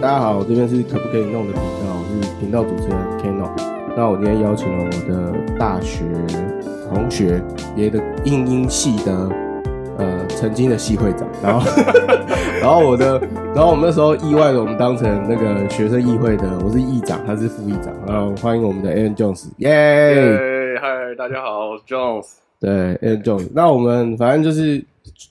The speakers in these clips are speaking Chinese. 大家好，我这边是可不可以弄的频道，我是频道主持人 Kano。那我今天邀请了我的大学同学，别的英英系的，呃，曾经的系会长，然后， 然后我的，然后我们那时候意外的，我们当成那个学生议会的，我是议长，他是副议长，然后欢迎我们的 Aaron Jones，耶、耶嗨，大家好我是，Jones。对 a n d Jones。那我们反正就是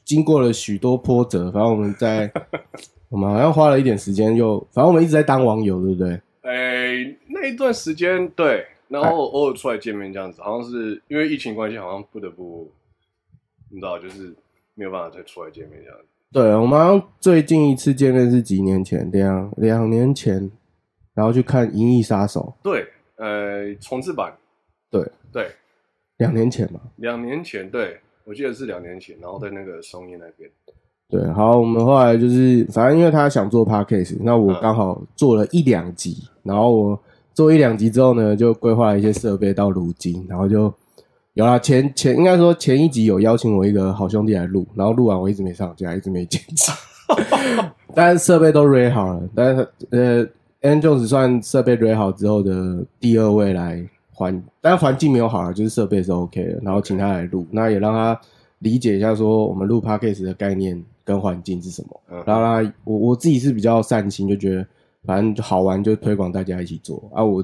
经过了许多波折，反正我们在 我们好像花了一点时间又，反正我们一直在当网友，对不对？哎，那一段时间对，然后偶尔出来见面这样子，好像是因为疫情关系，好像不得不，你知道，就是没有办法再出来见面这样子。对，我们好像最近一次见面是几年前，两两年前，然后去看《银翼杀手》，对，呃，重置版，对对，两年前嘛。两年前，对我记得是两年前，然后在那个松叶那边，对，好，我们后来就是，反正因为他想做 podcast，那我嗯刚好做了一两集，然后我做一两集之后呢，就规划了一些设备到如今，然后就有啦，前前应该说前一集有邀请我一个好兄弟来录，然后录完我一直没上架，一直没剪辑， 但是设备都 r e 好了，但是呃 a n g e l s 算设备 r e 好之后的第二位来环，但环境没有好了，就是设备是 OK 的，然后请他来录，那也让他理解一下说我们录 podcast 的概念跟环境是什么，嗯然后让他我我自己是比较善心，就觉得反正好玩就推广大家一起做啊，我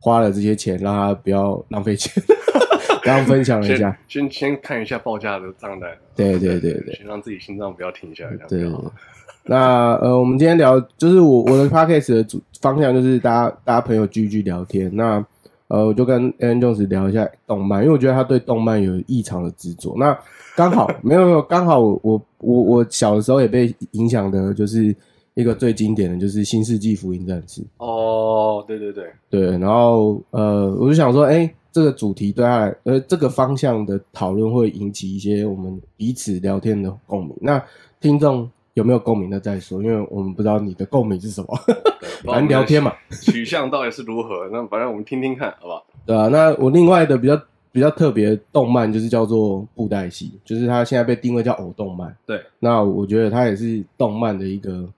花了这些钱让他不要浪费钱， 刚刚分享了一下先，先先看一下报价的账单，对对对对。先让自己心脏不要停下来，这对样就好了。， 那呃，我们今天聊就是我我的 podcast 的主方向就是大家大家朋友聚一聚聊天。那呃，我就跟 Aaron Jones 聊一下动漫，因为我觉得他对动漫有异常的执着。那刚好没有没有，刚好我我我我小的时候也被影响的，就是一个最经典的就是《新世纪福音战士》。哦，对对对，对，然后呃，我就想说，哎，这个主题对他来，呃，这个方向的讨论会引起一些我们彼此聊天的共鸣。那听众有没有共鸣的再说，因为我们不知道你的共鸣是什么。哦 反正聊天嘛，取向到底是如何？那反正我们听听看，好不好？对啊，那我另外的比较比较特别的动漫就是叫做布袋戏，就是它现在被定位叫偶动漫。对，那我觉得它也是动漫的一个，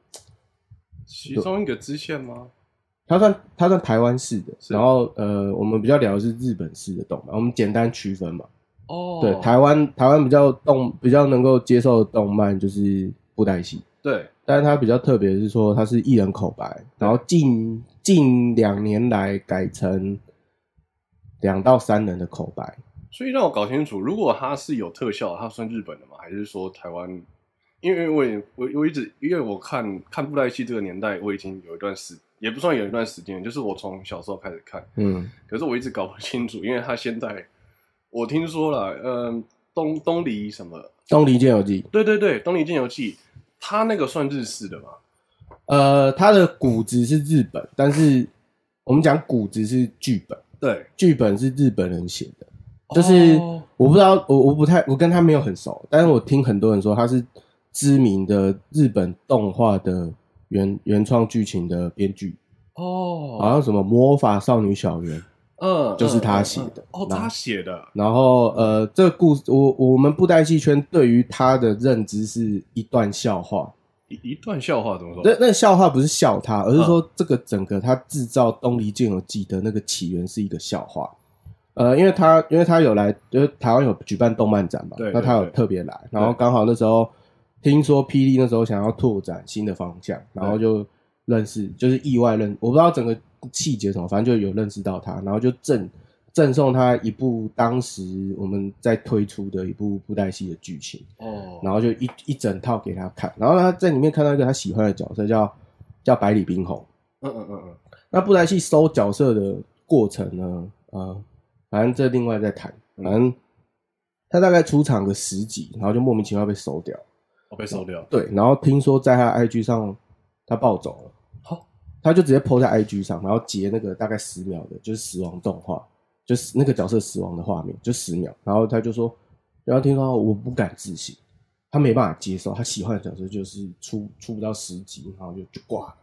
其中一个支线吗？它算它算台湾式的，是然后呃，我们比较聊的是日本式的动漫，我们简单区分嘛。哦，对，台湾台湾比较动比较能够接受的动漫就是布袋戏，对但是它比较特别的是说它是艺人口白，然后近近两年来改成两到三人的口白。所以让我搞清楚，如果它是有特效，它算日本的吗？还是说台湾？因为我也我我一直因为我看看布袋戏这个年代，我已经有一段时，也不算有一段时间，就是我从小时候开始看，嗯，可是我一直搞不清楚，因为它现在我听说了，嗯、东东离什么？东离剑游记，对对对，东离剑游记，它那个算日式的吧？呃，它的骨子是日本，但是我们讲骨子是剧本，对，剧本是日本人写的，就是哦我不知道，我我不太，我跟他没有很熟，但是我听很多人说他是知名的日本动画的原原创剧情的编剧，哦，好像什么魔法少女小圆，嗯，啊就是他嗯嗯写的哦，那他写的，然后呃，这个故事我我们布袋戏圈对于他的认知是一段笑话，一一段笑话怎么说？那那个笑话不是笑他，而是嗯说这个整个他制造《东离剑游记》的那个起源是一个笑话。呃，因为他因为他有来，就是台湾有举办动漫展嘛，对那他有对对特别来，然后刚好那时候听说霹雳那时候想要拓展新的方向，然后就认识，就是意外认，我不知道整个细节什么，反正就有认识到他，然后就赠赠送他一部当时我们在推出的一部布袋戏的剧情。哦，然后就一一整套给他看，然后他在里面看到一个他喜欢的角色叫叫百里冰红。嗯嗯嗯嗯，那布袋戏收角色的过程呢，呃，反正这另外再谈，反正他大概出场个十集，然后就莫名其妙被收掉。我哦被收掉。对，然后听说在他 IG 上他暴走了，好，他就直接 PO 在 IG 上，然后截那个大概十秒的，就是死亡动画，就是那个角色死亡的画面，就十秒。然后他就说，然后听到我不敢置信，他没办法接受，他喜欢的角色就是出出不到十集，然后就就挂了。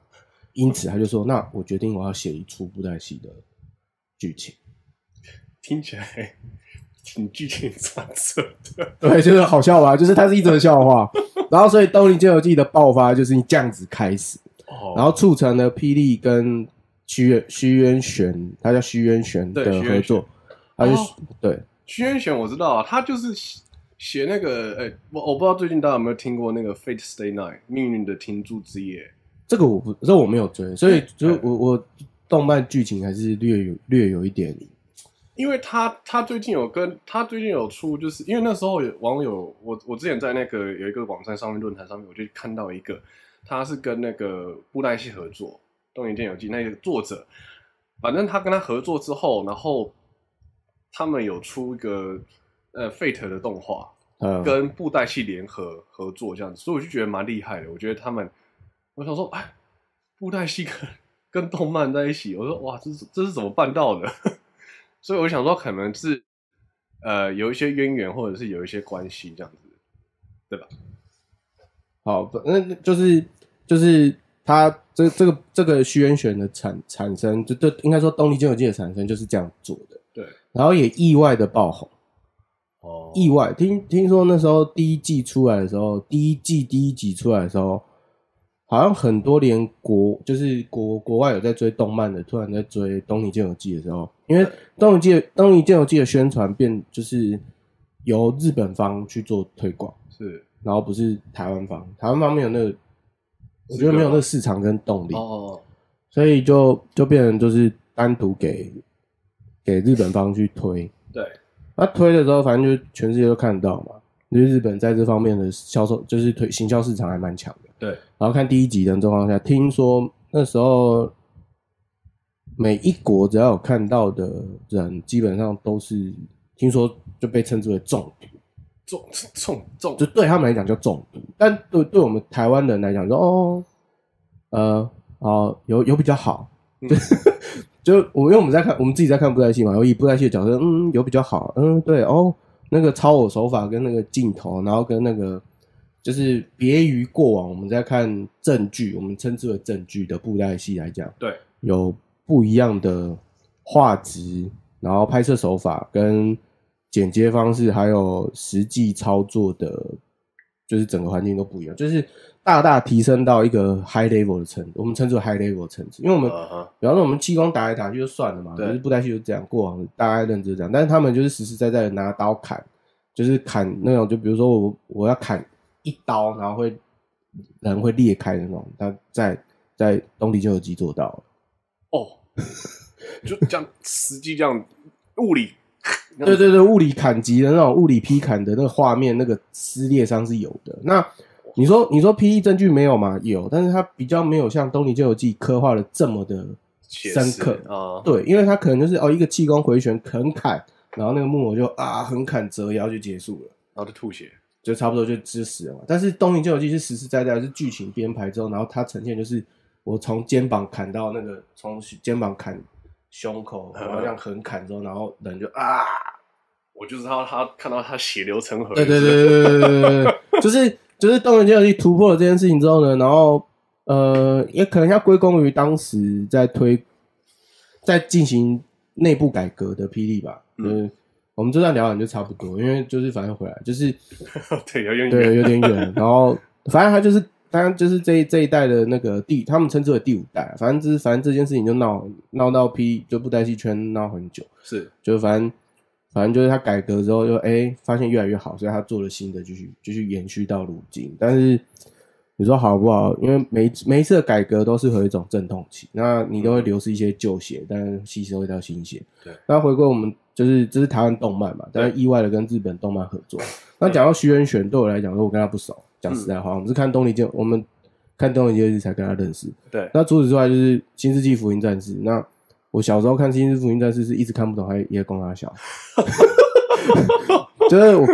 因此他就说，那我决定我要写一出布袋戏的剧情。听起来挺剧情残涩的。对，就是好笑吧，就是它是一则笑话。然后所以《东林剑游记》的爆发就是这样子开始。哦然后促成了霹雳跟虚渊虚渊玄，他叫虚渊玄对的虚渊合作玄，他就、哦对徐渊玄我知道啊，他就是写写那个，哎、我我不知道最近大家有没有听过那个《Fate Stay Night》命运的停驻之夜。这个我不这我没有追，所以就对我我动漫剧情还是略有略有一点因为他他最近有跟他最近有出，就是因为那时候有网友，我我之前在那个有一个网站上面论坛上面，我就看到一个，他是跟那个布袋戏合作《东野电游记》那个作者，反正他跟他合作之后，然后他们有出一个呃 Fate 的动画，呃跟布袋戏联合合作这样子，所以我就觉得蛮厉害的。我觉得他们，我想说，哎，布袋戏跟跟动漫在一起，我说哇，这是这是怎么办到的？ 所以我想说，可能是呃有一些渊源，或者是有一些关系这样子。好，不那那就是就是他这这个这个虚渊玄的产产生，就这应该说动力金游记的产生就是这样做的，对，然后也意外的爆红，哦意外听听说那时候第一季出来的时候，第一季第一集出来的时候，好像很多连国就是国国外有在追动漫的，突然在追《东尼剑游记》的时候，因为《东尼剑东尼剑游记》的宣传变就是由日本方去做推广。是然后不是台湾方，台湾方没有那个，我觉得没有那个市场跟动力，哦，所以就就变成就是单独给给日本方去推。对，那推的时候，反正就全世界都看得到嘛。因为日本在这方面的销售，就是推行销市场还蛮强的。对，然后看第一集的状况下，听说那时候每一国只要有看到的人，基本上都是听说就被称之为中毒。重重重就对他们来讲叫中毒，但对对我们台湾人来讲说哦，呃，哦，有有比较好，嗯就我因为我们在看我们自己在看布袋戏嘛，我以布袋戏的角色，嗯，有比较好，嗯，对哦，那个超偶手法跟那个镜头，然后跟那个就是别于过往我们在看正剧，我们称之为正剧的布袋戏来讲，对，有不一样的画质，然后拍摄手法跟剪接方式，还有实际操作的，就是整个环境都不一样，就是大大提升到一个 high level 的层，我们称之为 high level 的层次。因为我们，啊哈比方说我们气功打来打去就算了嘛，对就是布袋戏就这样，过往大概认知就这样，但是他们就是实实在在的拿刀砍，就是砍那种，就比如说我我要砍一刀，然后会人会裂开的那种，他在在东迪就有机做到了。哦， 就这样实际这样物理， 对对对，物理砍击的那种物理劈砍的那个画面，那个撕裂伤是有的。那你说你说 P E 证据没有吗？有，但是它比较没有像《东尼旧游记》刻画的这么的写深实刻。啊，对，因为它可能就是哦一个气功回旋横砍，然后那个木偶就啊横砍折腰就结束了。然后就吐血，就差不多就致死了嘛。但是《东瀛旧游记》是实实在在，是剧情编排之后，然后它呈现就是我从肩膀砍到那个，从肩膀砍胸口，嗯然后这样横砍之后，然后人就啊，我就知道他看到他血流成河，对对对对对对对对，就是就是《动人街游戏》突破了这件事情之后呢，然后呃，也可能要归功于当时在推在进行内部改革的霹雳吧。嗯嗯，我们这段聊完就差不多，因为就是反正回来就是 对，有点远。对有点远，然后反正他就是。当然，就是这一这一代的那个第，他们称之为第五代。反正就是，反正这件事情就闹闹到 P 就布袋戏圈闹很久。是就反正反正就是他改革之后就，哎发现越来越好，所以他做了新的，继续继续延续到如今。但是你说好不好？因为每一次每一次的改革都是会有一种阵痛期，那你都会流失一些旧血，但是吸收一道新血。对，那回归我们就是这是台湾动漫嘛，但是意外的跟日本动漫合作。那讲到徐元玄，对我来讲，因为我跟他不熟，讲实在话，我们是看东尼剑，我们看东尼剑日才跟他认识。对，那除此之外就是《新世纪福音战士》。那我小时候看《新世纪福音战士》是一直看不懂，还也公他 小，就是我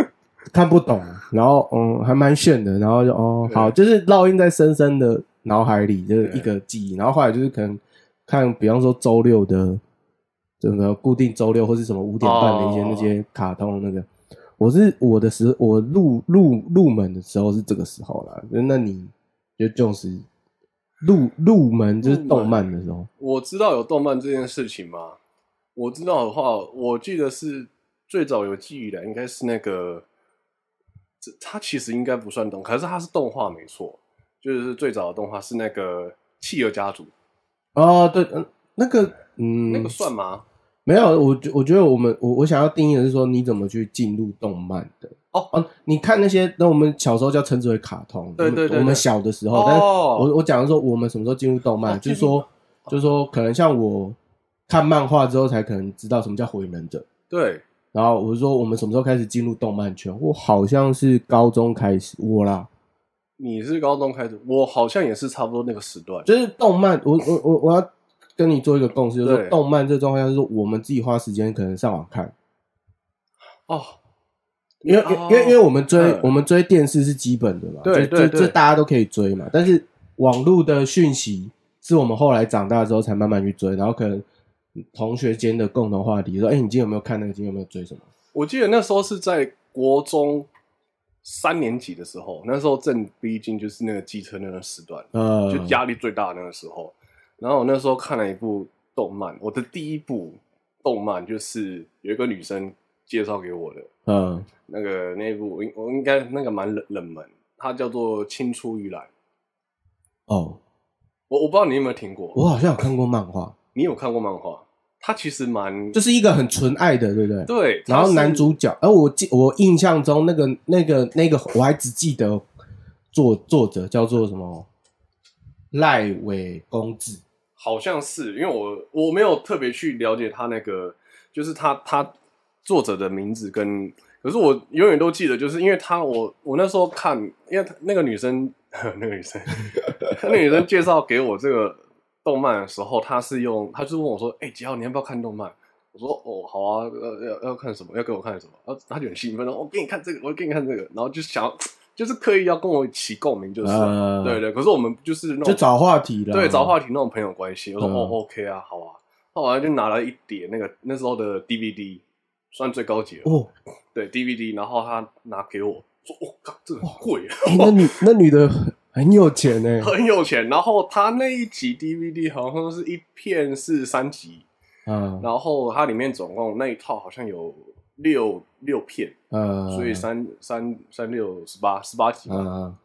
看不懂，然后嗯还蛮炫的，然后就哦对好，就是烙印在深深的脑海里，就是一个记忆。然后后来就是可能看，比方说周六的怎么固定周六或是什么五点半的一些哦那些卡通那个。我是我的时，我入入入门的时候是这个时候啦。那你就就是入入门 就是动漫的时候，我知道有动漫这件事情吗？我知道的话，我记得是最早有记忆的，应该是那个，这它其实应该不算动，可是它是动画没错，就是最早的动画是那个企鹅家族，哦，对，嗯那个，嗯，那个算吗？没有，我觉我觉得我们我我想要定义的是说，你怎么去进入动漫的哦哦，你看那些，那我们小时候叫称之为卡通，对我们对对我们对小的时候，但是哦，我我讲的说我们什么时候进入动漫，哦就是说就是说可能像我看漫画之后才可能知道什么叫火影忍者，对，然后我是说我们什么时候开始进入动漫圈，我好像是高中开始，我啦，你是高中开始，我好像也是差不多那个时段。就是动漫，我我我我要跟你做一个共识，就是说对动漫这个状况下，就是说我们自己花时间可能上网看，哦，因为哦因为因为我们追嗯我们追电视是基本的嘛，对这对这对这大家都可以追嘛，但是网络的讯息是我们后来长大之后才慢慢去追，然后可能同学间的共同话题说，哎，你今天有没有看那个？今天有没有追什么？我记得那时候是在国中三年级的时候，那时候正逼近就是那个机车那个时段，呃，就压力最大的那个时候。然后我那时候看了一部动漫，我的第一部动漫就是有一个女生介绍给我的，嗯那个那一部我应我应该那个蛮冷冷门，它叫做《青出于蓝》。哦，我我不知道你有没有听过，我好像有看过漫画，你有看过漫画？它其实蛮就是一个很纯爱的，对不对？对，它然后是男主角，而、我记我印象中那个那个那个，我还只记得作作者叫做什么赖伟公子，好像是，因为我我没有特别去了解他那个，就是他他作者的名字跟，可是我永远都记得，就是因为他我我那时候看，因为他那个女生 那个 女生那个女生介绍给我这个动漫的时候，她是用她就问我说，哎、杰浩你要不要看动漫？我说哦好啊，要要要看什么？要给我看什么？然后她就很兴奋，然后我给你看这个，我给你看这个，然后就想要就是刻意要跟我起共鸣，就是、呃，对对，可是我们就是那种就找话题了，对，找话题那种朋友关系。我说、嗯哦，OK 啊，好啊。后来就拿了一叠那个那时候的 DVD，算最高级了。哦。对 DVD，然后他拿给我说：“我、哦、靠，这个很贵耶，哎那女那女的很很有钱呢、 很有钱。”然后他那一集 DVD 好像是一片是三集，嗯然后它里面总共那一套好像有六六片，呃，所以三三三六十八十八集嘛。嗯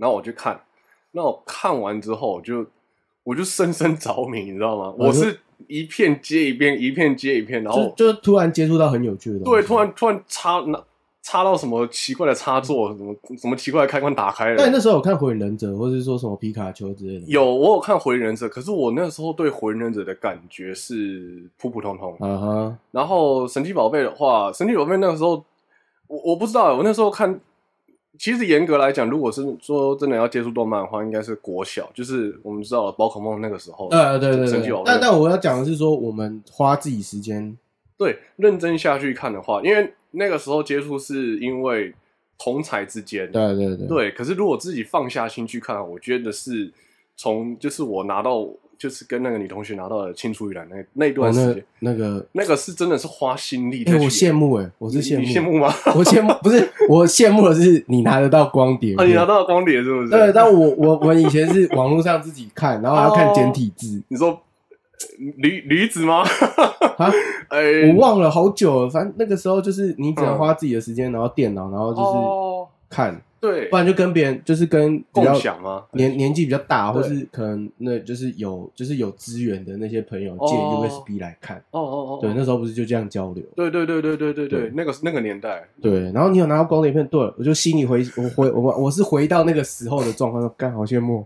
然后我去看，那我看完之后我就我就深深着迷，你知道吗？我我就是一片接一片，一片接一片，然就后就突然接触到很有趣的东西，对，突然突然插那插到什么奇怪的插座，什么什么奇怪的开关打开那你那了。时候有看火影忍者，或者说什么皮卡丘之类的吗有我有看《火影忍者》，可是我那时候对《火影忍者》的感觉是普普通通。啊哈，然后《神奇宝贝》的话，《神奇宝贝》那个时候，我我不知道，我那时候看，其实严格来讲，如果是说真的要接触动漫的话，应该是国小，就是我们知道了宝可梦那个时候，呃对对神对奇宝对，贝但但我要讲的是说，我们花自己时间，对，认真下去看的话，因为那个时候接触是因为同才之间，对对对，对，可是如果自己放下心去看，我觉得是从就是我拿到就是跟那个女同学拿到的《青出于蓝》那那一哦段时间，那那个，那个是真的是花心力哎，在去我羡演，慕哎，我是你羡你羡慕，慕吗？我羡慕不是我羡慕的是你拿得到光碟啊，片，你拿到光碟是不是？对，但我我我以前是网络上自己看，然后还要看哦简体字你说呃驴驴子吗？啊， 哎、我忘了好久了，反正那个时候就是你只能花自己的时间，然后电脑，然后就是嗯哦，看，对不，然就跟别人就是跟比共较享吗？年年纪比较大，或对是可能那就是有就是有资源的那些朋友借哦 USB 来看，哦哦哦，对，那时候不是就这样交流。对对对对对对对对，那个那个年代，对，然后你有拿到光碟片，对了，我就心里回我回我我是回到那个时候的状况，说干好羡 慕，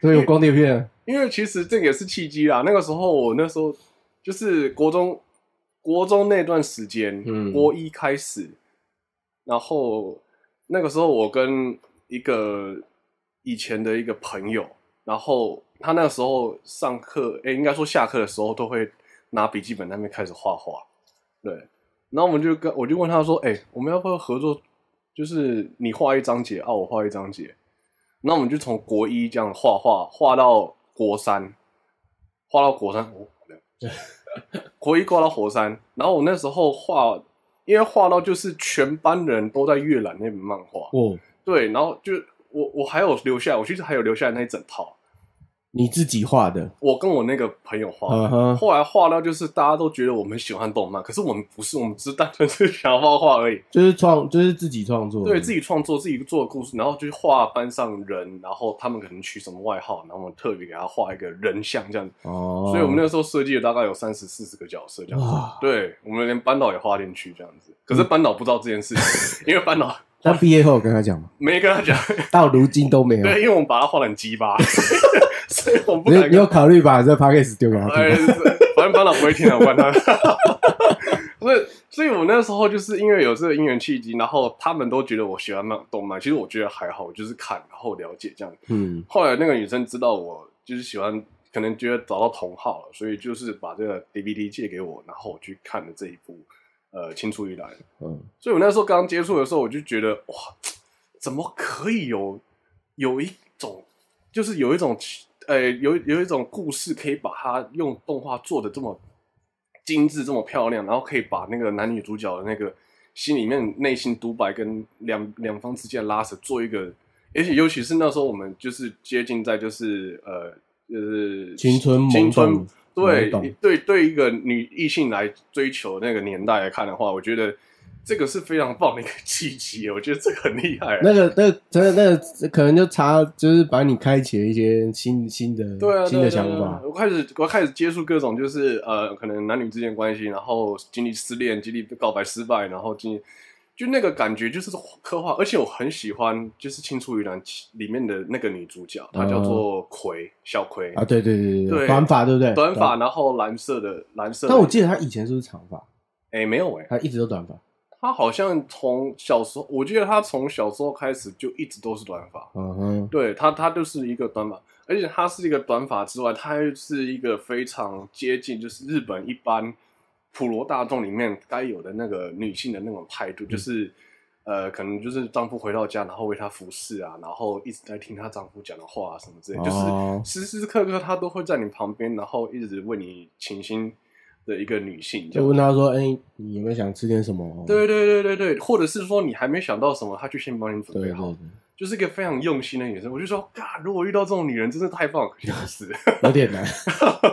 对，有光碟片，因为其实这个也是契机啦。那个时候我那时候就是国中国中那段时间，嗯国一开始，然后那个时候我跟一个以前的一个朋友，然后他那时候上课，哎、应该说下课的时候都会拿笔记本在那边开始画画，对。然后我们就跟我就问他说：“哎、我们要不要合作？就是你画一章节啊，我画一章节。”那我们就从国一这样画画画到国三，画到国三，哦、 国一画到国三。然后我那时候画，因为画到就是全班人都在阅览那本漫画，哦，对，然后就我我还有留下，我其实还有留下那一整套。你自己画的，我跟我那个朋友画嗯哼，后来画到就是大家都觉得我们喜欢动漫，可是我们不是，我们只是单纯是想要画画而已。就是创，就是自己创作，对自己创作自己做的故事，然后去画班上人，然后他们可能取什么外号，然后我们特别给他画一个人像这样子。哦，所以我们那时候设计了大概有三十四十个角色这样子。哇，嗯对，我们连班导也画进去这样子。可是班导不知道这件 事情，因为班导那毕业后有跟他讲吗？没跟他讲。到如今都没有， 对，因为我们把他画的很鸡 巴，所以我们不你敢你跟有考虑把这 p a c k a g e 丢给他听哎，吗？是反正班长不会听啊的，我管他。 所以，所以我那时候就是因为有这个因缘契机，然后他们都觉得我喜欢漫动漫，其实我觉得还好，我就是看然后了解这样。嗯，后来那个女生知道我就是喜欢，可能觉得找到同好了，所以就是把这个 DVD 借给我，然后我去看了这一部呃《青出于蓝》。嗯所以我那时候刚接触的时候，我就觉得哇，怎么可以有有一种，就是有一种，呃，有有一种故事可以把它用动画做的这么精致、这么漂亮，然后可以把那个男女主角的那个心里面内心独白跟两两方之间的拉扯做一个，而且尤其是那时候我们就是接近在就是呃就是青春懵懂青春对懵懂 对对一个女异性来追求那个年代来看的话，我觉得这个是非常棒的一个契机，我觉得这个很厉害。啊那个那个真的那个可能就差，就是把你开启了一些新新的对啊，新的对啊想对啊法，我开始我开始接触各种就是呃，可能男女之间的关系，然后经历失恋，经历告白失败，然后经历就那个感觉就是刻画，而且我很喜欢就是《青出于蓝》里面的那个女主角，她叫做葵，小葵，哦啊，对对对对短发对不对？短发，，然后蓝色的蓝色的。但我记得他以前是不是长发？哎没有哎，他一直都短发，她好像从小时候，我记得她从小时候开始就一直都是短发，嗯哼，对他，他就是一个短发，而且他是一个短发之外，他又是一个非常接近就是日本一般普罗大众里面该有的那个女性的那种态度，就是呃，可能就是丈夫回到家，然后为她服侍啊，然后一直在听她丈夫讲的话、啊、什么之类，哦就是时时刻刻她都会在你旁边，然后一直为你倾心的一个女性，这就样问他说：“哎、你有没有想吃点什么？”哦对对对对对，或者是说你还没想到什么，她就先帮你准对备对好对，就是一个非常用心的女生。我就说，嘎，如果遇到这种女人，真是太棒了。可惜不是，有点难。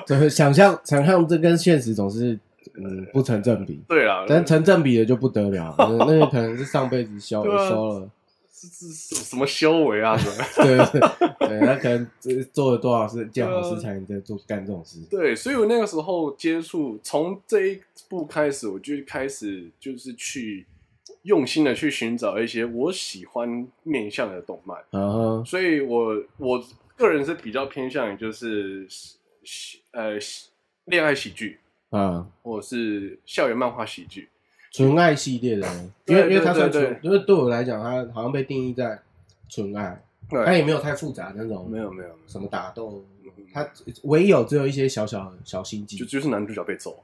就是想象想象这跟现实总是嗯不成正比， 对啊啦，但成正比的就不得 了，那那个可能是上辈子修对啊修了，是是是什么修为啊？什么？ 对对对，他可能这做了多少事件好事才能在做干这种事。对，所以我那个时候接触，从这一步开始，我就开始就是去用心的去寻找一些我喜欢面向的动漫。然后所以我我个人是比较偏向于就是喜呃喜恋爱喜剧，啊，或者是校园漫画喜剧。纯爱系列的人，因对为因为他对算对纯，因为对我来讲，他好像被定义在纯爱，他对，也没有太复杂那种，没有没有，什么打斗，他唯有只有一些小小小心机，就就是男主角被揍。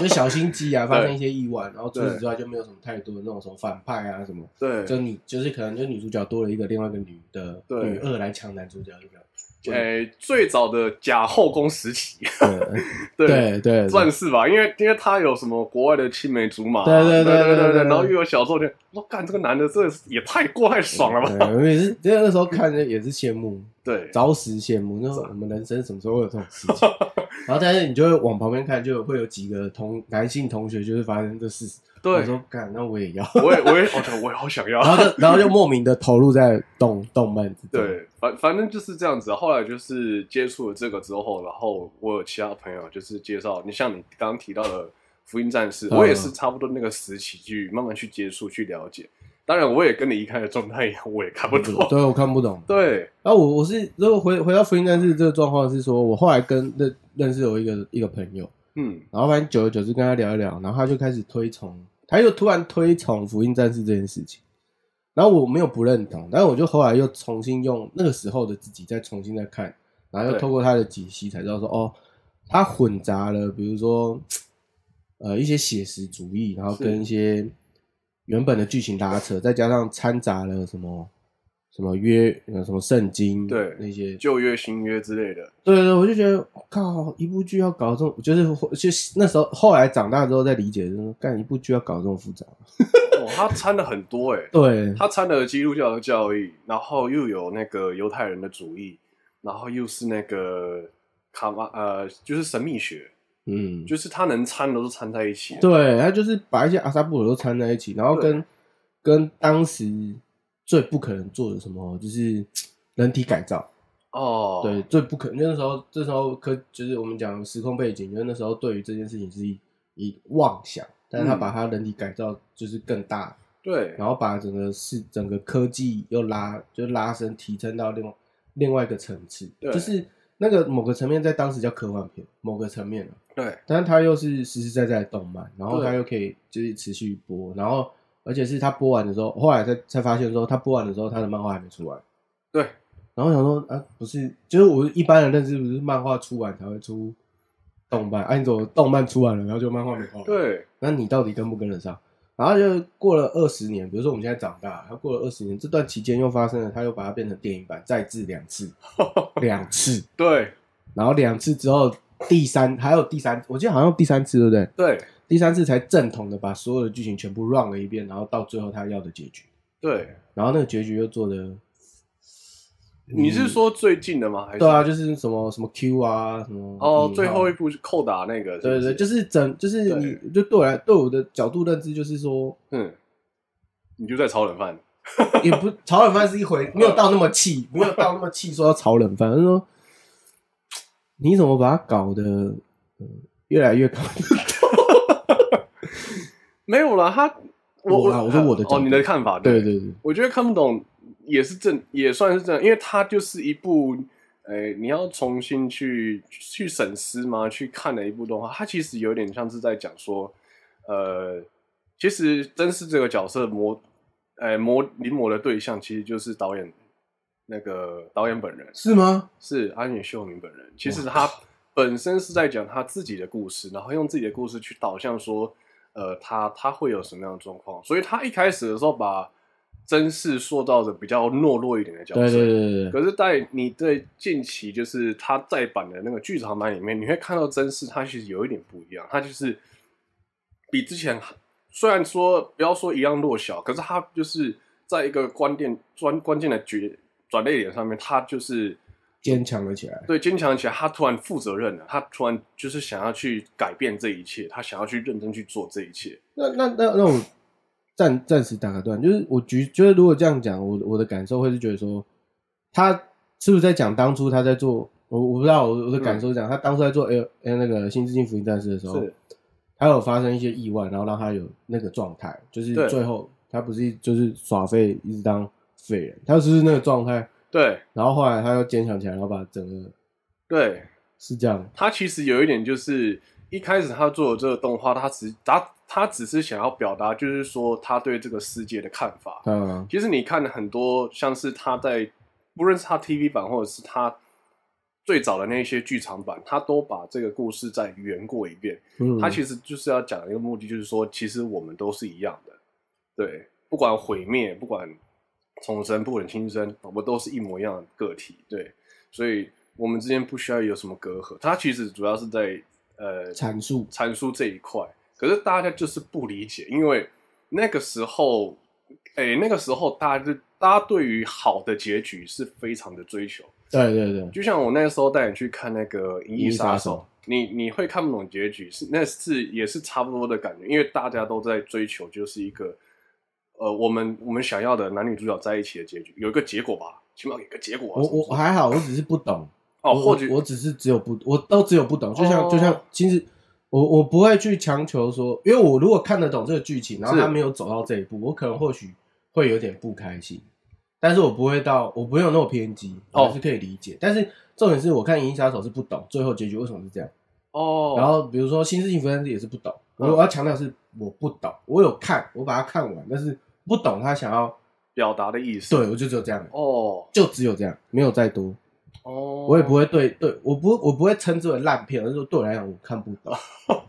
就小心机 啊，发对生一些意外，然后除此对之外就没有什么太多的那种什么反派啊什么，对，就你就是可能就女主角多了一个另外一个女的对女二来抢男主角一个，呃，最早的假后宫时期， 对，对 对算是吧，因为因为他有什么国外的青梅竹马，对对对对对对对对然后又有小时候就，我干这个男的，这也太过太爽了吧？对，我也是，那个时候看着也是羡慕，对，着实羡慕。那啊我们人生什么时候会有这种事情？ 然后，但是你就会往旁边看，就会有几个同男性同学就是发生这事。我对，说干，那我也要。我也我也好想，我也好想要。然后就然后就莫名的投入在动动漫之中。对，反反正就是这样子。后来就是接触了这个之后，然后我有其他朋友就是介绍，你像你刚刚提到的《福音战士》，嗯我也是差不多那个时期去慢慢去接触、去了解。当然，我也跟你一开始状态一样，我也看不懂。对，我看不懂。对，然后我我是如果回回到福音战士这个状况是说，我后来跟认认识有一个一个朋友，嗯，然后反正久而久之跟他聊一聊，然后他就开始推崇，他又突然推崇福音战士这件事情。然后我没有不认同，但是我就后来又重新用那个时候的自己再重新再看，然后又对透过他的解析才知道说，哦，他混杂了，比如说，呃，一些写实主义，然后跟是一些原本的剧情拉扯，再加上掺杂了什么什么约呃什么圣经对那些旧约、新约之类的。对对，我就觉得我靠，一部剧要搞这种，就是就是那时候后来长大之后再理解，就是说干一部剧要搞这种复杂。哦，他掺了很多哎、欸，对，他掺了基督教的教义，然后又有那个犹太人的主义，然后又是那个卡玛呃，就是神秘学，嗯，就是它能掺的都掺在一起了。对，他就是把一些阿萨布鲁都掺在一起，然后跟跟当时最不可能做的什么，就是人体改造，哦，对，最不可能。那时候，这时候科就是我们讲时空背景，就是那时候对于这件事情是一一妄想，但是他嗯把他人体改造就是更大，对，然后把整个是整个科技又拉就拉升提升到另外另外一个层次，对就是那个某个层面在当时叫科幻片，某个层面啊。对，但它又是实实在在的动漫，然后对它又可以就是持续播，然后而且是它播完的时候，后来才才发现说它播完的时候，它的漫画还没出来。对，然后我想说啊，不是，就是我一般的认知，不是漫画出完才会出动漫，啊，你怎么动漫出完了，然后就漫画没画？，对， 那你到底跟不跟得上？然后就过了二十年，比如说我们现在长大，它过了二十年，这段期间又发生了，它又把它变成电影版，再制两次，两次，对，然后两次之后，第三还有第三，我记得好像第三次，对不对？对，第三次才正统的把所有的剧情全部 run 了一遍，然后到最后他要的结局，对，然后那个结局又做的，你是说最近的吗？还是嗯对啊，就是什么什么 Q 啊，什么哦引号，最后一部是扣打那个，对对，就是是整就是对你就对我来对我的角度认知就是说，不是嗯，你就在炒冷饭，也不炒冷饭是一回，没有到那么气，没有到那么气说要炒冷饭，就是说你怎么把它搞得、嗯越来 越搞，没有啦，他我我啦我说我的角哦，度你的看法，对对对，我觉得看不懂也是正，也算是正，因为它就是一部，呃，你要重新去去审视吗？去看的一部动画，它其实有点像是在讲说，呃，其实真是这个角色磨，呃，磨临摹的对象其实就是导演那个导演本人，是吗？是安野秀明本人。其实他本身是在讲他自己的故事，然后用自己的故事去导向说，呃，他他会有什么样的状况。所以他一开始的时候把真视塑造的比较懦弱一点的角色。对对对对对，可是，在你对近期就是他再版的那个剧场版里面，你会看到真视他其实有一点不一样，他就是比之前虽然说不要说一样弱小，可是他就是在一个关键专关键的决转捩点上面，他就是坚强了起来，对，坚强起来，他突然负责任了，他突然就是想要去改变这一切，他想要去认真去做这一切。那那那那我暂暂时打个断，就是我觉觉得如果这样讲，我我的感受会是觉得说，他是不是在讲当初他在做，我我不知道我我的感受是这样，他当初在做 L L 那个《新世纪福音战士》的时候嗯是，他有发生一些意外，然后让他有那个状态，就是对最后他不是就是耍废，一直当废人，他就是那个状态，对然后后来他又坚强起来，然后把整个对，是这样，他其实有一点就是一开始他做的这个动画，他只他他只是想要表达，就是说他对这个世界的看法。嗯，其实你看很多像是他在，不论是他 TV 版或者是他最早的那些剧场版，他都把这个故事再圆过一遍。嗯他其实就是要讲的一个目的，就是说，其实我们都是一样的，对，不管毁灭，不管重生，不管新生，我们都是一模一样的个体，对，所以我们之间不需要有什么隔阂。他其实主要是在呃嗯阐述，阐述这一块，可是大家就是不理解，因为那个时候，哎、那个时候大家就大家对于好的结局是非常的追求。对对对，就像我那时候带你去看那个《银翼杀银翼杀手手》，你你会看不懂结局，是那是也是差不多的感觉，因为大家都在追求就是一个，呃，我们我们想要的男女主角在一起的结局，有一个结果吧，起码有一个结果啊、我什么我什我么还好，我只是不懂。哦，我或许我我只是只有不，我都只有不懂，就像、哦就像，其实我我不会去强求说，因为我如果看得懂这个剧情，然后是他没有走到这一步，我可能或许会有点不开心，但是我不会到，我不用那么偏激，哦我是可以理解。但是重点是我看《银翼杀手》是不懂最后结局为什么是这样，哦，然后比如说《新世纪福音战士》也是不懂，我嗯我要强调是我不懂，我有看，我把它看完，但是不懂他想要，表达的意思，对，我就只有这样，哦就只有这样，没有再多。哦，我也不会对对，我不我不会称之为烂片，而是说对我来讲我看不懂。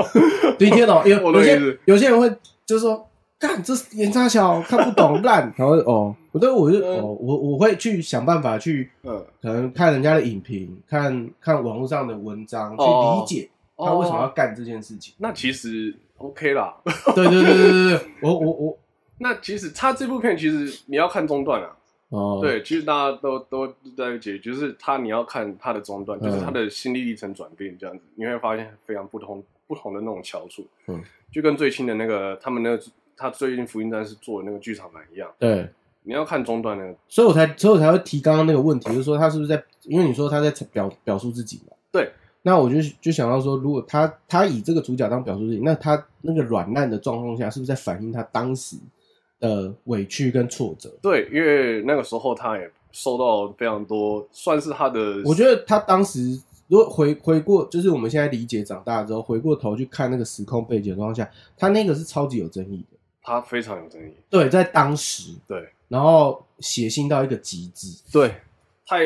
你听得懂？有我有懂意些思有些人会就是说，干这是眼差小看不懂烂， 然后哦，我对我就嗯哦我我会去想办法去， 嗯，可能看人家的影评，看看网络上的文章，去哦。理解他为什么要干这件事情 那其实 OK 啦，对对对对对对，我我我那其实他这部片其实你要看中段啊，哦，，对，其实大家都都在解，就是他你要看他的中段，嗯就是他的心理历程转变这样子，你会发现非常不同不同的那种翘楚。嗯，就跟最新的那个他们那个他最近福音战士做的那个剧场版一样，对，你要看中段呢，所以我才，所以我才会提刚刚那个问题，就是说他是不是在，因为你说他在表表述自己嘛，对，那我就就想到说，如果他他以这个主角当表述自己，那他那个软烂的状况下，是不是在反映他当时的委屈跟挫折？对，因为那个时候他也受到非常多，算是他的，我觉得他当时如果回回过，就是我们现在理解长大之后，回过头去看那个时空背景的状况下，他那个是超级有争议的。他非常有争议，对，在当时，对然后写信到一个极致，对，太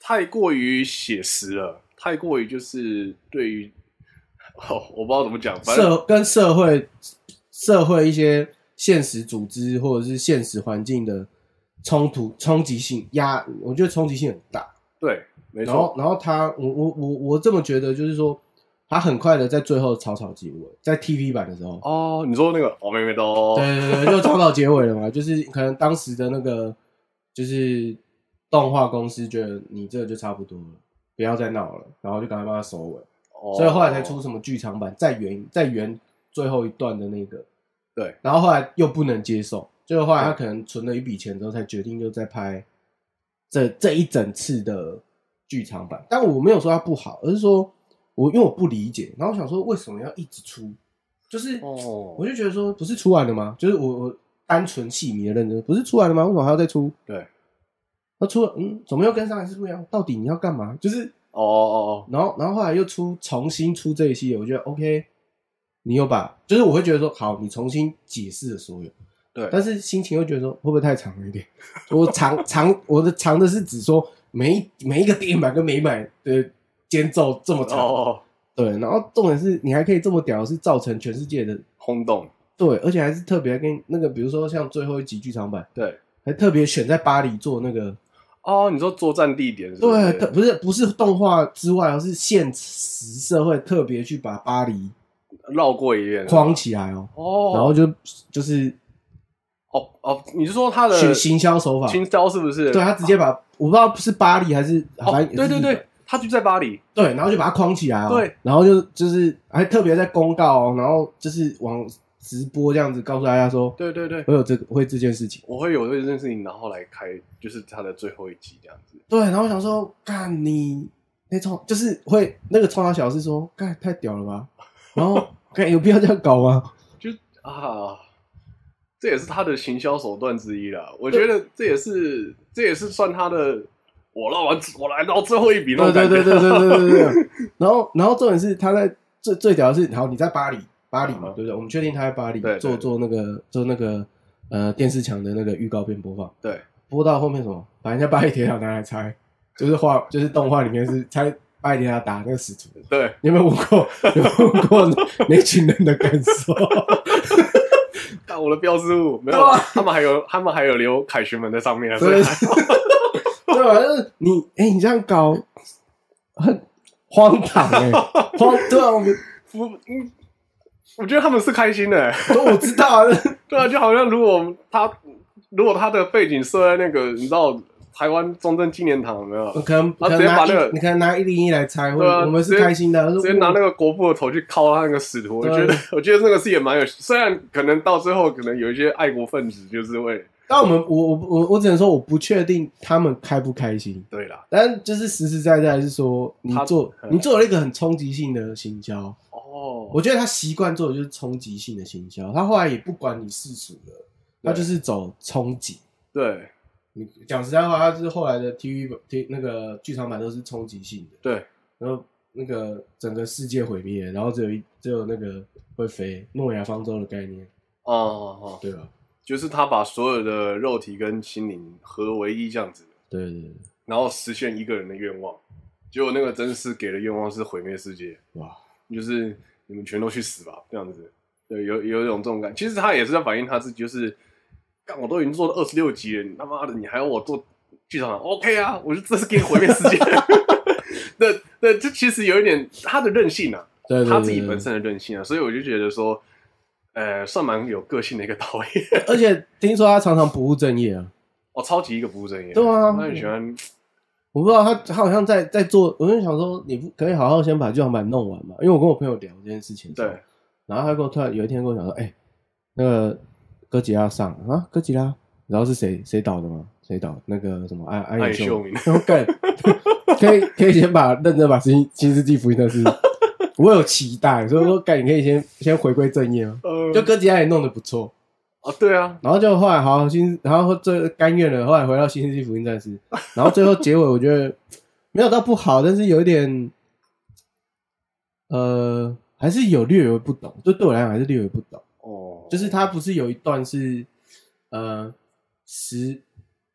太过于写实了，太过于就是对于， 哦，我不知道怎么讲，反正社跟社会社会一些现实组织或者是现实环境的冲突冲击性压，我觉得冲击性很大。对，没然错后，，然后他，我我我我这么觉得，就是说，他很快的在最后草草结尾，在 TV 版的时候，哦，你说那个哦，妹妹的哦，对对对，就草草结尾了嘛。就是可能当时的那个，就是动画公司觉得你这个就差不多了，不要再闹了，然后就赶快帮他收尾。哦所以后来才出什么剧场版，再圆再圆最后一段的那个，对，然后后来又不能接受，最后后来他可能存了一笔钱之后，才决定就再拍这这一整次的剧场版。但我没有说它不好，而是说我因为我不理解，然后我想说为什么要一直出，就是哦我，就觉得说不是出来了吗？就是我我单纯戏迷的认真，不是出来了吗？为什么还要再出？对，那出了嗯，怎么又跟上一次不一样？到底你要干嘛？就是哦哦哦，然后然后后来又出重新出这一系列，我觉得 OK，你有把，就是我会觉得说好，你重新解释了所有，对，但是心情又觉得说会不会太长了一点？ 我长长我的长的是指说每一每一个电影版跟每一版的间奏这么哦长，哦，哦对，然后重点是你还可以这么屌，是造成全世界的轰动，对，而且还是特别跟那个，比如说像最后一集剧场版，对，还特别选在巴黎做那个，哦，你说作战地点是不对，是特不是不是动画之外，而是现实社会特别去把巴黎绕过一遍，框起来哦，哦，然后就就是哦哦，你是说他的去行销手法，行销是不是？对他直接把我不知道是巴黎还是哦，反正对对对，他就在巴黎，对，然后就把它框起来哦，对，然后就就是还特别在公告哦，然后就是往直播这样子告诉大家说对对对，会有这个会这件事情。我会有对这件事情，然后来开，就是他的最后一集这样子。对，然后我想说，干你那冲就是会那个冲他小是说，干太屌了吧？然后 干有必要这样搞吗？啊，这也是他的行销手段之一啦。我觉得这也是这也是算他的，我捞完我来捞最后一笔那对种对感对觉。对对对对 对。然后然后重点是他在最最屌的是，好你在巴黎，巴黎嘛，嗯对不对？我们确定他在巴黎对对做对做那个做那个呃电视墙的那个预告片播放，对播到后面什么，把人家巴黎铁塔拿来拆，就是画就是动画里面是 拆巴黎铁塔打那个使徒。对你有没有问 过？有没有问过那那群人的感受？看我的标志物没对有啊啦，他们还有他们还有留凯旋门在上面啊，所对以 对吧？就是你，哎、你这样搞很荒唐哎、荒对啊，我们不，嗯我觉得他们是开心的、都我知道啊，对啊，就好像如果他如果他的背景设在那个你知道台湾中正纪念堂有没有？可能可啊直能接拿把一那个你可能拿一零一来猜，或对啊者我们是开心的，直接拿那个国父的头去敲他那个使徒，我对啊觉得我觉得那个是也蛮有，虽然可能到最后可能有一些爱国分子就是会，但我们我我我我只能说我不确定他们开不开心，对啦，但就是实实在在是说你他做嗯你做了一个很冲击性的行销，哦，我觉得他习惯做的就是冲击性的行销，他后来也不管你世俗了，他对就是走冲击。对你讲实在话，它是后来的 TV 版 T 那个剧场版都是冲击性的，对，然后那个整个世界毁灭，然后只有一只有那个会飞诺亚方舟的概念，哦哦哦，对吧？就是他把所有的肉体跟心灵合为一这样子，对对对，然后实现一个人的愿望，结果那个真是给的愿望是毁灭世界，哇，就是你们全都去死吧，这样子。对，有有一种这种感，其实他也是在反映他自己，就是，干我都已经做了二十六集了，你他妈的，你还要我做剧场版？OK 啊，我就这是给你毁灭世界。 对对，这其实有一点他的任性啊，对对对他自己对本身的任性啊，所以我就觉得说，呃，算蛮有个性的一个导演。 而且听说他常常不务正业啊，哦，超级一个不务正业。对啊他很喜欢，我不知道他他好像在在做，我就想说你不可以好好先把剧场版弄完嘛，因为我跟我朋友聊这件事情，对，然后他跟我突然有一天跟我讲说，哎、那个哥吉拉上啊，哥吉拉，你知道是谁谁导的吗？谁导？那个什么安安安野野秀秀明明， 然后干，可以可以先把认真把新新世纪福音 的事，我有期待，所以说干，你可以先先回归正业吗？呃，就哥吉拉也弄得不错，哦，对啊，然后就后来好新，然后最甘愿了，后来回到新世纪福音战士，然后最后结尾我觉得没有到不好，但是有一点，呃，还是有略有不懂，就对我来讲还是略有不懂，哦，就是他不是有一段是呃十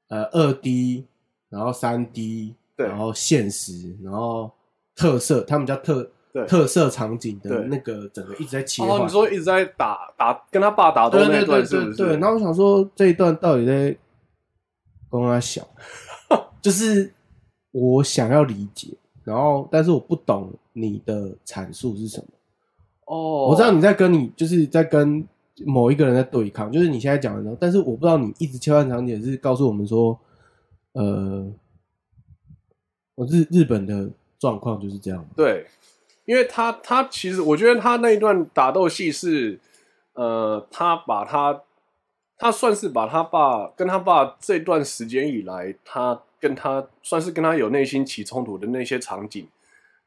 呃二 D，然后三 D，对然后现实，然后特色，他们叫特对特色场景的对那个整个一直在切换。哦，你说一直在打打跟他爸打斗对那对对一段是不对是？对，然后我想说这一段到底在跟他小， 就是我想要理解，然后但是我不懂你的阐述是什么。哦，我知道你在跟你就是在跟某一个人在对抗，就是你现在讲的时候，但是我不知道你一直切换场景是告诉我们说，呃，我日日本的状况就是这样。对，因为他他其实我觉得他那一段打斗戏是，呃，他把他他算是把他爸跟他爸这段时间以来，他跟他算是跟他有内心起冲突的那些场景，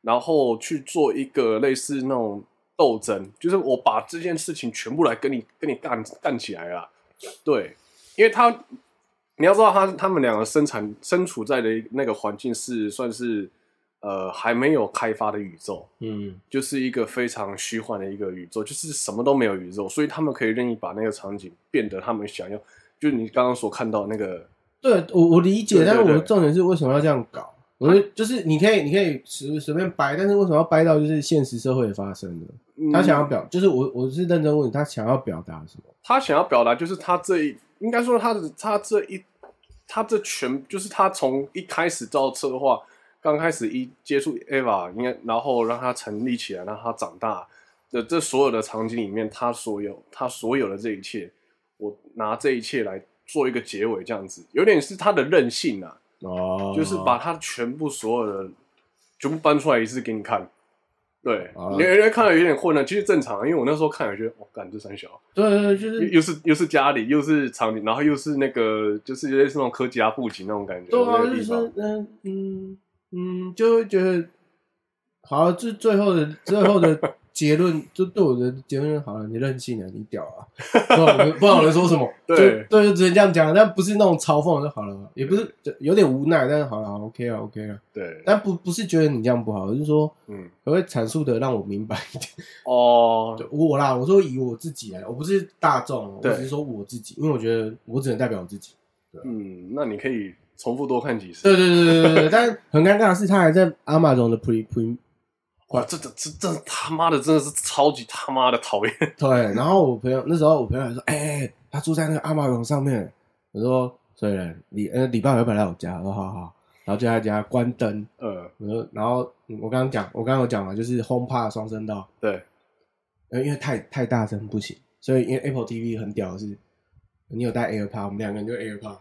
然后去做一个类似那种斗争，就是我把这件事情全部来跟你跟你干干起来啦。对，因为他你要知道他他们两个生产身处在的那个环境是算是呃还没有开发的宇宙，嗯，就是一个非常虚幻的一个宇宙，就是什么都没有宇宙，所以他们可以任意把那个场景变得他们想要，就是你刚刚所看到那个对我我理解，对对但是我的对重点是为什么要这样搞？我就就是你可以你可以随随便掰，但是为什么要掰到就是现实社会发生的？嗯他想要表，就是我我是认真问你他想要表达什么？他想要表达就是他这一，应该说他的他这一，他这全就是他从一开始到策划，刚开始一接触 Eva，应该然后让他成立起来，让他长大的这所有的场景里面，他所有他所有的这一切，我拿这一切来做一个结尾，这样子有点是他的任性啊，哦就是把他全部所有的全部搬出来一次给你看。对，啊你你会看了有点混乱，其实正常，因为我那时候看，我觉得，我、哦、干这三小，对对对，就又是又是又是家里，又是场景，然后又是那个，就是类似那种科技啊布景那种感觉。对啊，那就个地是方说嗯嗯嗯，就会觉得好，啊这最后的最后的结论，就对我的结论好了，你任性啊，你屌啊，不好不知道我能说什么，对就对，就只能这样讲，但不是那种嘲讽就好了，也不是就有点无奈，但是好了好，OK 啊 OK 啊。对，但不不是觉得你这样不好，而是说嗯，我会阐述的让我明白一点。 哦，对我啦，我说以我自己来，我不是大众，我对只是说我自己，因为我觉得我只能代表我自己。嗯，那你可以重复多看几次。啊对对对对对对，但很尴尬的是，他还在阿玛总的 pre pre 哇，这这这这他妈的真的是超级他妈的 讨厌。对，然后我朋友那时候我朋友还说，哎、哎他住在那个阿玛总上面，我说所以呢礼呃礼拜五要不要来我家？我说好好，然后就在他家关灯，呃，我说然后嗯我刚刚讲，我刚刚有讲嘛，就是轰趴双声道，对，呃，因为太太大声不行，所以因为 Apple TV 很屌的是，你有带 AirPod，我们两个人就 AirPod，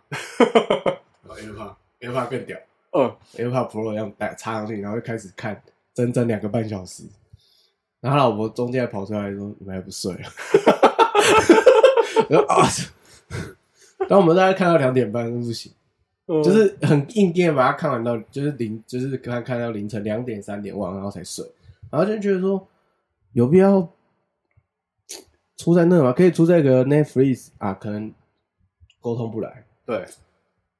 然后 AirPod，AirPod 更屌呃， ，AirPod Pro 一样带插上去，然后就开始看整整两个半小时，然后他老婆中间还跑出来说：“你们还不睡啊？” 然后啊，然后我们大概看到两点半，真不行，就就是很硬劲地把它看完到，就是凌，就是看看到凌晨两点三点晚，然后才睡，然后就觉得说有必要出在那吗？可以出在一个 Netflix 啊，可能沟通不来。对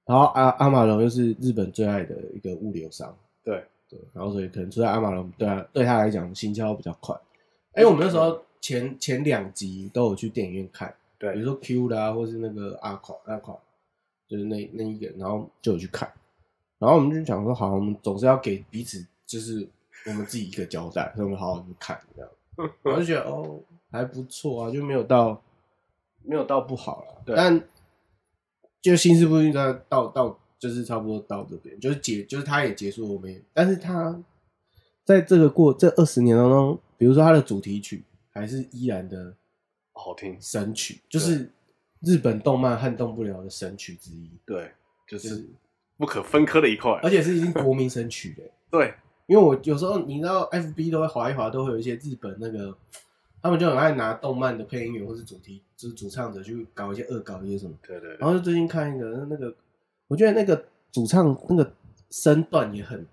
然后阿阿玛龙又是日本最爱的一个物流商，对，对，然后所以可能出在阿玛龙对他对他来讲行销比较快。哎、我们那时候前前两集都有去电影院看，对比如说 Q 啦，或是那个阿垮阿垮，就是那那一个，然后就有去看，然后我们就想说，好，我们总是要给彼此就是我们自己一个交代，所以我们好好去看这样，我就觉得哦还不错啊，就没有到没有到不好了，对但就心事不应该到到就是差不多到这边，就是结就是他也结束了，我们也，但是他在这个过这二十年当中，比如说他的主题曲还是依然的。好听。神曲，就是日本动漫撼动不了的神曲之一。哎对，就是不可分割的一块。而且是已经国民神曲了。对，因为我有时候你知道，FB 都会划一划，都会有一些日本那个，他们就很爱拿动漫的配音员或是主题就是主唱者去搞一些恶搞一些什么。对对然对，后就最近看一个那个，我觉得那个主唱那个身段也很，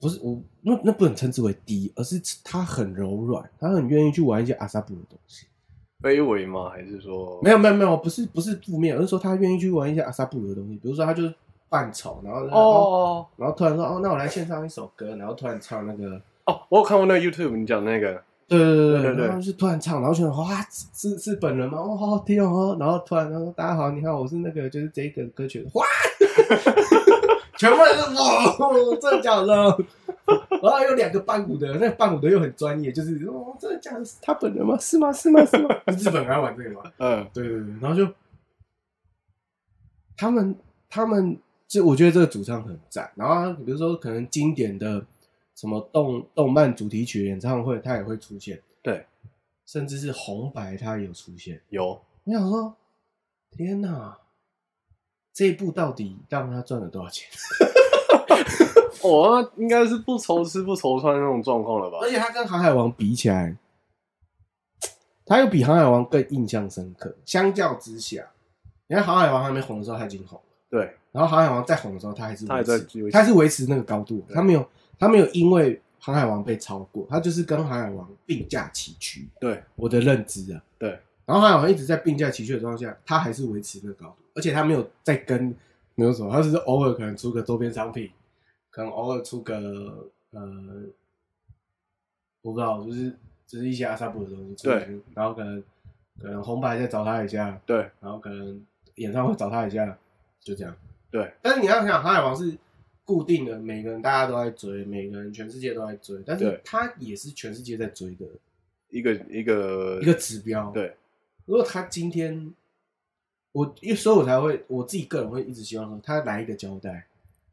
不是我那那不能称之为低，而是他很柔软，他很愿意去玩一些阿萨布鲁的东西。卑微吗？还是说没有没有没有，不是不是负面，而是说他愿意去玩一些阿萨布鲁的东西，比如说他就是扮丑，然后哦哦然后突然说哦，那我来献唱一首歌，然后突然唱那个，哦哦，我有看过那个 YouTube 你讲那个，对对对对对对然后就突然唱，然后觉得哇，是是是本人吗？哦，好好听哦，然后突然他说大家好，你好，我是那个就是这个歌曲，哇，全部人是哇，真的假的？然后有两个伴舞的，那个伴舞的又很专业，就是哦，真的假的？是他本人吗？是吗？是吗？是吗？日本人爱玩这个吗？ 嗯，对对对，然后就他们他们就我觉得这个主唱很赞，然后比如说可能经典的什么动动漫主题曲演唱会，他也会出现，对，甚至是红白他也有出现。有我想说，天哪，这一部到底让他赚了多少钱？ 哦，那应该是不愁吃不愁穿那种状况了吧而？且他跟航海王比起来，他又比航海王更印象深刻。相较之下，你看航海王还没红的时候，他已经红。对，然后航海王再红的时候，他还是维持他还在维持他还是维持那个高度，对他没有他没有因为航海王被超过，他就是跟航海王并驾齐驱。对，我的认知啊，对。然后航海王一直在并驾齐驱的状况下，他还是维持那个高度，而且他没有在跟没有什么，他只是偶尔可能出个周边商品，可能偶尔出个呃，我不知道，就是就是一些阿萨布的东西出去对，然后可能可能红白再找他一下，对然后可能演唱会找他一下，就这样。对，但是你要想，航海王是固定的，每个人大家都在追，每个人全世界都在追，但是对它也是全世界在追的一个一个一个指标。，对如果他今天，我因为所以我才会我自己个人会一直希望说，他来一个交代，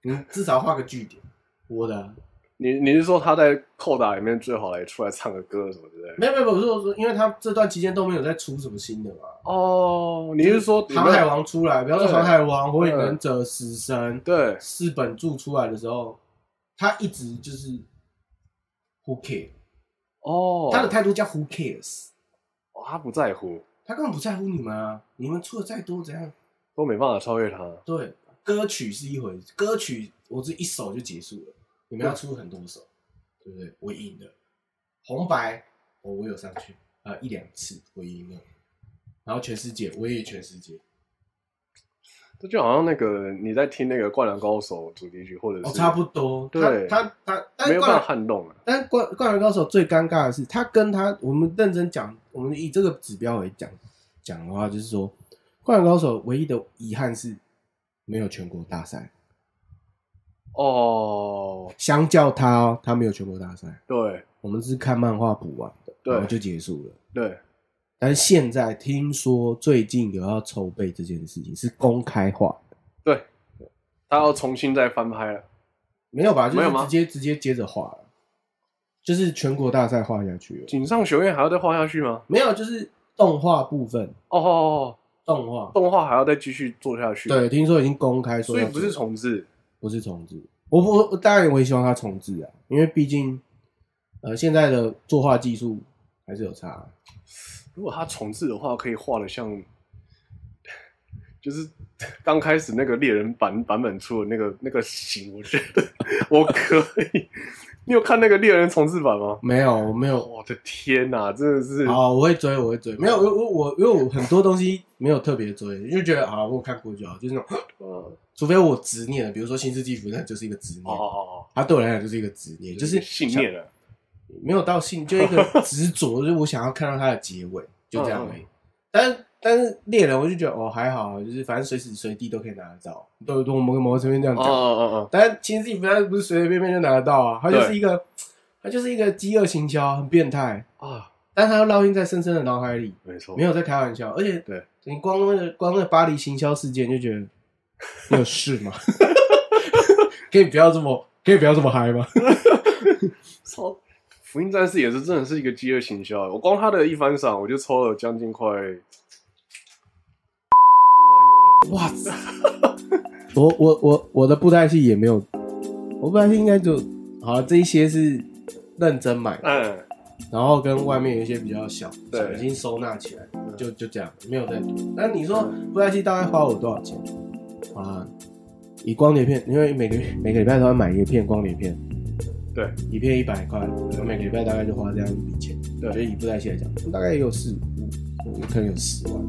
嗯，至少画个句点。我的啊你你是说他在扣打里面最好来出来唱个歌什么之类的？没有没有，我是说，因为他这段期间都没有在出什么新的嘛。哦，你是说航海？王出来，比方说对航海王、火影忍者、死神，对四本柱出来的时候，他一直就是 who care，、哦，他的态度叫 who cares，哦他不在乎，他根本不在乎你们啊，你们出的再多怎样？都没办法超越他。对，歌曲是一回，歌曲我这一首就结束了，你们要出很多首，对不对？我赢了，红白哦我我有上去，呃一两次我赢了，然后全世界我也全世界，这就好像那个你在听那个《灌篮高手》主题曲，或者是、哦差不多，对他他他，但没有灌办篮法撼动了、但灌灌篮高手最尴尬的是，他跟他我们认真讲，我们以这个指标为讲讲的话，就是说，灌篮高手唯一的遗憾是没有全国大赛。哦，相较他、哦，他没有全国大赛，对我们是看漫画补完的，对然后就结束了。对，但是现在听说最近有要筹备这件事情，是公开化的，他要重新再翻拍了。没有吧？就没是有吗直接直接接着画了，就是全国大赛画下去了，井上学院还要再画下去吗？没有，就是动画部分，哦哦哦，动画。动画还要再继续做下去。对，，听说已经公开说所要以做，不是重置。不是重置。我不，我当然我也希望它重置啊，因为毕竟，呃，现在的作画技术还是有差、啊。如果他重置的话，可以画的像， 就是刚开始那个猎人版版本出的那个那个型，我觉得 我可以。你有看那个猎人重置版吗？没有，我没有。我的天哪、真的是好，我会追，我会追。没有，我我我，因为我很多东西没有特别追，就觉得啊，我有看过就好，就是那种，呃，除非我执念的，比如说《新世纪福音战》就是一个执念，哦哦哦，它对我来讲就是一个执念，就是信念了。没有到信，就一 个执着，就是我想要看到它的结尾，就这嗯样而已。但但是猎人，我就觉得哦还好，就是反正随时随地都可以拿得到。对，我们跟某个层面这样哦讲，哦哦，但是其实自己不是不是随随便便就拿得到啊，它就是对一个，它就是一个饥饿行销，很变态，哦啊，但是它又烙印在深深的脑海里，没错，没有在开玩笑。而且，对你光那个光那巴黎行销事件就觉得， 你有事吗？ 可以不要这么，可以不要这么嗨吗？操。福音战士也是真的是一个饥饿行销，我光他的一番赏我就抽了将近快， 哇塞，我我我我的布袋戏也没有，我布袋戏应该就好了，这一些是认真买，嗯，然后跟外面有一些比较小，对小已经收纳起来，嗯就就这样，没有再多。但你说布袋戏大概花我多少钱？啊，以光碟片，因为每个月每个礼拜都要买一个片光碟片，对，一片一百块，我每个礼拜大概就花这样一笔钱，对所以以布袋戏来讲，大概也有四五，可能有十万，